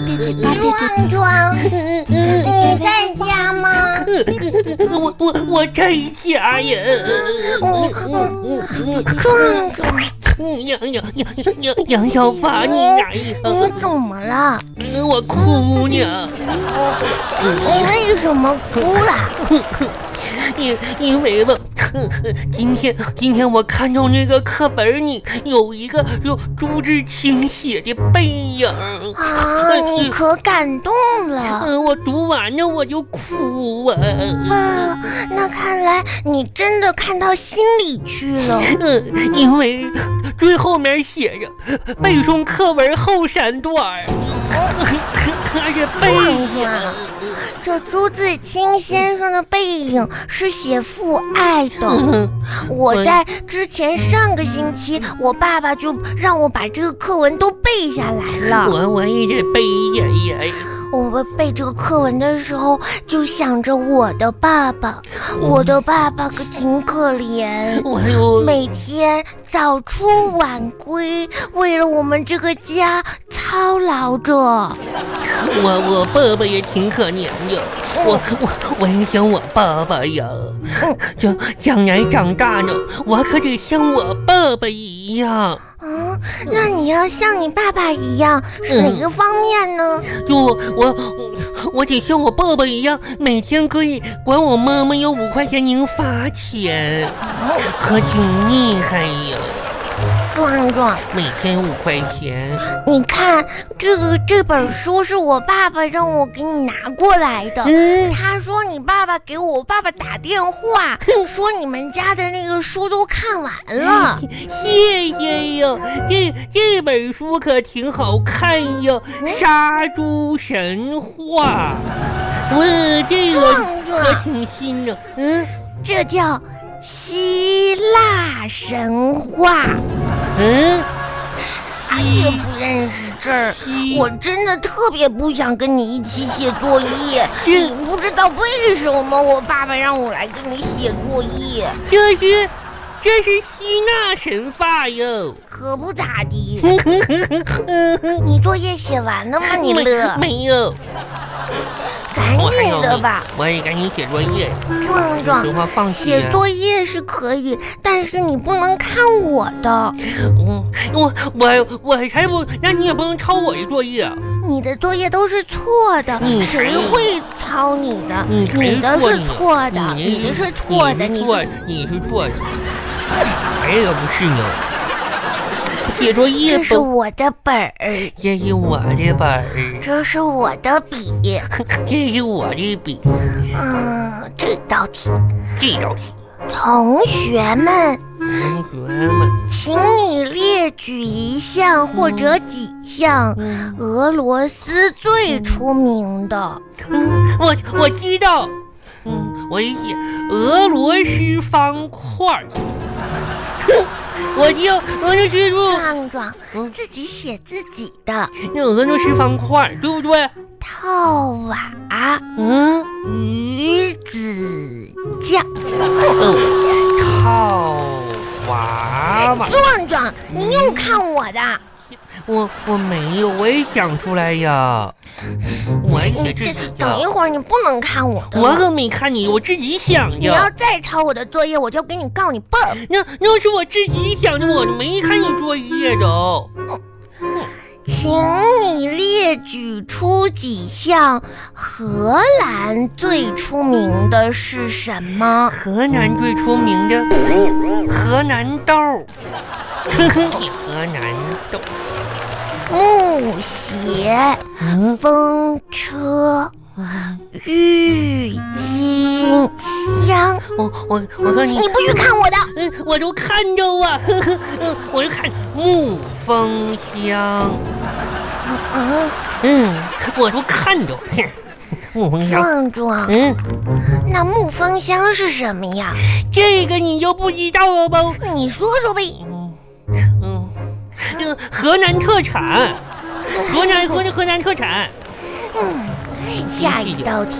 壮壮，你在家吗？我我我在家呀！Mm, 壮壮，杨杨杨杨杨小八，你哪样？你怎么了？我哭呢，你为什么哭了？因因为吧，今天今天我看到那个课本里有一个有朱自清写的背影，啊，你可感动了。嗯，我读完了我就哭啊。哇，那看来你真的看到心里去了。嗯，因为最后面写着背诵课文后三段儿， 而且背呀这朱自清先生的背影是写父爱的。嗯我在之前上个星期，我爸爸就让我把这个课文都背下来了。我我也得背呀呀，我们背这个课文的时候，就想着我的爸爸，我的爸爸可挺可怜。我又每天早出晚归，为了我们这个家操劳着。啊我我爸爸也挺可怜的，我我我也想我爸爸呀，将将来长大了，我可得像我爸爸一样，啊，那你要像你爸爸一样，是哪嗯个方面呢？就我我我得像我爸爸一样，每天可以管我妈妈要五块钱零花钱。可挺厉害呀，壮壮，每天五块钱。你看这个这本书是我爸爸让我给你拿过来的。嗯，他说你爸爸给我爸爸打电话，说你们家的那个书都看完了。谢谢呀，这这本书可挺好看呀，《杀猪神话》。哇，这个壮可壮，挺新呢。嗯这叫希腊神话，嗯，俺也不认识字儿。西我真的特别不想跟你一起写作业，是你不知道为什么我爸爸让我来跟你写作业，这是这是希腊神话哟。可不咋地。你作业写完了吗？你没乐，没有，赶我还紧有的呢吧，我也赶紧写作业。壮壮说。话放写学。作业是可以，但是你不能看我的，嗯，我我我才不，那你也不能抄我的作业。你的作业都是错的你，谁才会抄你的？你你的是错的，你你的是错的，你你是错是你是错的，哎呀，不是呢。写作业这是不，我的本儿。这是我的本儿， 这是我的笔，这是我的笔，嗯，这道题，这道题，同学们，同学们，请你列举一项或者几项嗯俄罗斯最出名的。嗯，我我知道，嗯，我一写俄罗斯方块儿，哼，我就我就记住壮壮嗯自己写自己的那俄罗斯方块儿，对不对？套娃嗯。鱼子酱。嗯，套娃娃，壮壮，你又看我的，我我没有，我也想出来呀，嗯我也你写自这己等一的，会儿你不能看我的我了。可没看你，我自己想你要的，再抄我的作业，我就给你告你笨。那那是我自己想的，我没看你作业的，请你列举出几项荷兰最出名的是什么？河南最出名的河南豆儿， 河南豆儿，木鞋、嗯风车、郁金香。我我我告诉你你。不许看我的！嗯， 我都看着啊， 呵呵，嗯，我就看沐风香，嗯，嗯，我都看着。哼沐风香，壮壮，嗯，那木风箱是什么呀？这个你就不知道了吧？你说说呗。嗯嗯，这个河南特产，河南河南河南特产，嗯，下一道题，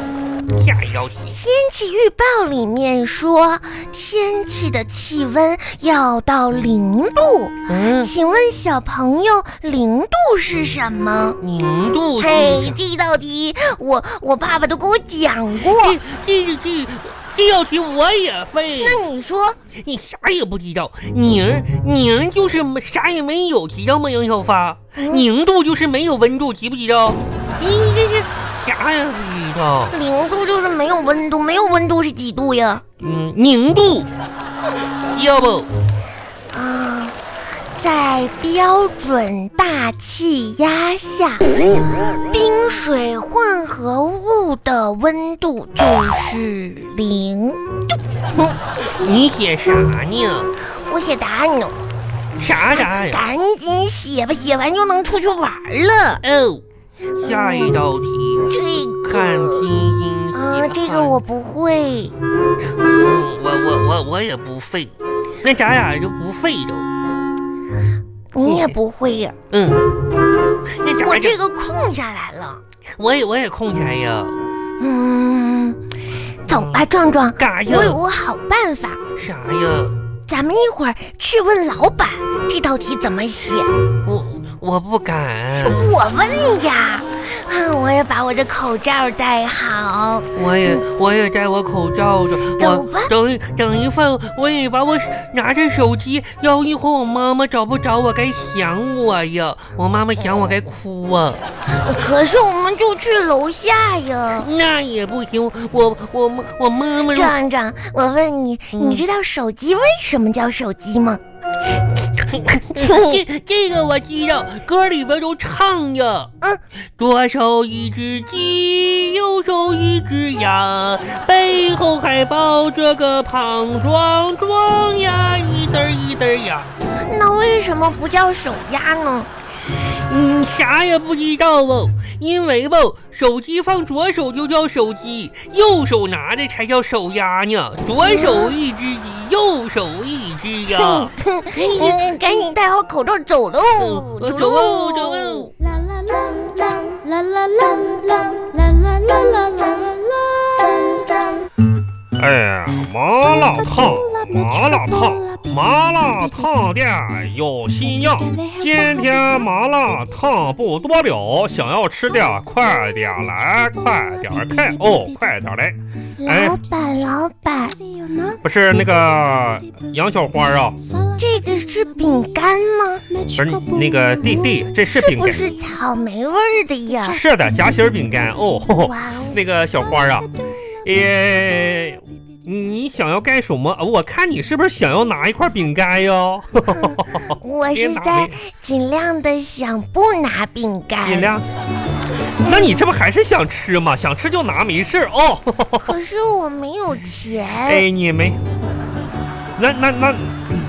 下一道题，天气预报里面说，天气的气温要到零度。嗯，请问小朋友，零度是什么？零度是嘿，这道题我我爸爸都给我讲过。这这这这道题我也会，那你说，你啥也不知道，宁儿宁儿就是没啥也没有，知道吗？杨小发，嗯宁度就是没有温度，知不知道？你这是啥也不知道，零度就是没有温度，没有温度是几度呀？嗯，宁度，要不啊，在标准大气压下，冰水混合物的温度就是零。你写啥呢？我写答案呢，啥啥呀？赶紧写吧，写完就能出去玩了。哦，下一道题，这看个，拼音。啊，这个我不会。嗯，我我我我也不废，那咱俩就不废都。你也不会呀、嗯，那咱我俩这个空下来了。我也我也空闲呀，嗯，走吧，壮壮，干啥我有呀？个好办法，啥呀？咱们一会儿去问老板这道题怎么写。我我不敢，我问呀，啊，我也把我的口罩戴好。我也我也戴我口罩着，嗯走吧我等一等一份，我也把我拿着手机，要一会儿我妈妈找不着我该想我呀，我妈妈想我该哭啊。可是我们就去楼下呀。那也不行，我我妈我妈妈让壮壮，我问你，嗯你知道手机为什么叫手机吗？ 这这个我知道，歌里边都唱呀。嗯，左手一只鸡，右手一只鸭，背后还抱着个胖壮壮呀，一嘚儿一嘚儿呀。那为什么不叫手压呢？嗯，啥也不知道哦，因为吧，手机放左手就叫手机，右手拿着才叫手鸭呢。左手一只鸡，右手一只鸭。嗯，赶紧戴好口罩走喽，嗯走喽走喽。啦啦啦啦啦啦啦啦啦啦啦啦啦啦。哎呀，麻辣烫，麻辣烫，麻辣烫店有新样。今天麻辣烫不多了，想要吃的快点来，快点看哦，快点来！哎老板，老板，不是那个杨小花啊，这个是饼干吗？不不是那个弟弟，这是饼不干，是草莓味儿的呀。是的，夹心饼干哦。 吼吼哇哦，那个小花啊，呃，你想要干什么？我看你是不是想要拿一块饼干哟？我别是拿在没尽量的想不拿饼干，尽量。那你这不还是想吃吗？想吃就拿，没事儿哦。 可是我没有钱。哎，你没，那那那，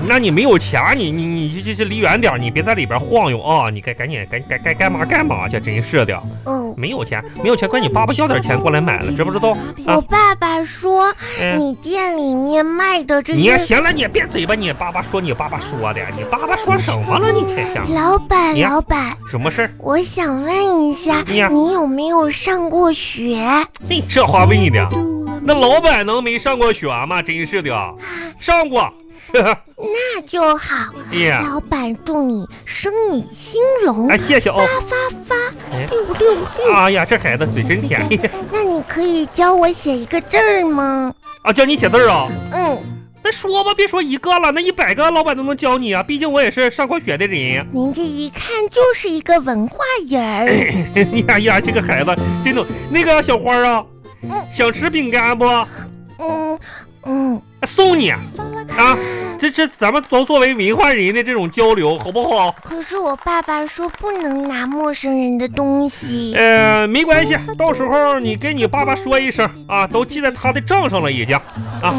那你没有钱，你你你就就离远点儿，你别在里边晃悠啊、你该赶紧赶该该干嘛干嘛去，真是的，哦，没有钱，没有钱，管你爸爸要点钱过来买了，知不知道？我啊，爸爸说嗯、你店里面卖的这你也些，行了，你也别嘴巴，你爸爸说你爸爸说的，你爸爸说什么了？你这下老板，你呀老板，什么事儿？我想问一下，你呀你有没有上过学？你这话问的，那老板能没上过学吗？真是的，上过。 那就好。哎呀。老板，祝你生意兴隆，哎，谢谢哦。发发哎六六六。哎呀，这孩子嘴真甜。 嘿嘿那你可以教我写一个字儿吗？啊，教你写字儿啊？嗯，那说吧，别说一个了，那一百个老板都能教你啊。毕竟我也是上过学的人。 您这一看就是一个文化人 儿。哎呀呀，这个孩子真的。那个小花啊嗯，想吃饼干不？嗯嗯，送你啊。这这，咱们都作为文化人的这种交流，好不好？可是我爸爸说不能拿陌生人的东西。呃，没关系，到时候你跟你爸爸说一声啊，都记在他的账上了，已经啊，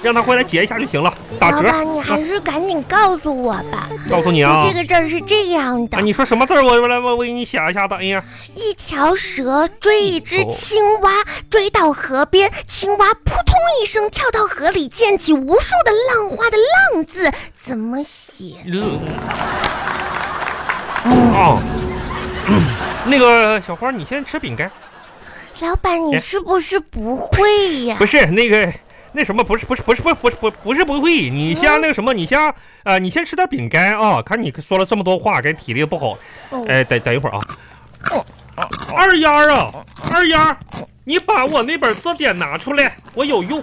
让他回来结一下就行了，打老折。板，你还是赶紧告诉我吧。告诉你啊就，这个字儿是这样的啊，：你说什么字儿？我我来我我给你写一下子。哎呀。一条蛇追一只哦青蛙，追到河边，青蛙扑通一声跳到河里，溅起无数的浪花的“浪”字，怎么写？哦嗯啊，嗯那个小花，你先吃饼干。老板，你哎是不是不会呀、不是那个那什么，不是不是不是不是不是不是不是不会，你先那个什么，你先啊、呃你先吃点饼干啊。看你说了这么多话，给体力不好。哦哎，等等一会儿啊。哦二丫啊，二丫，你把我那本字典拿出来，我有用。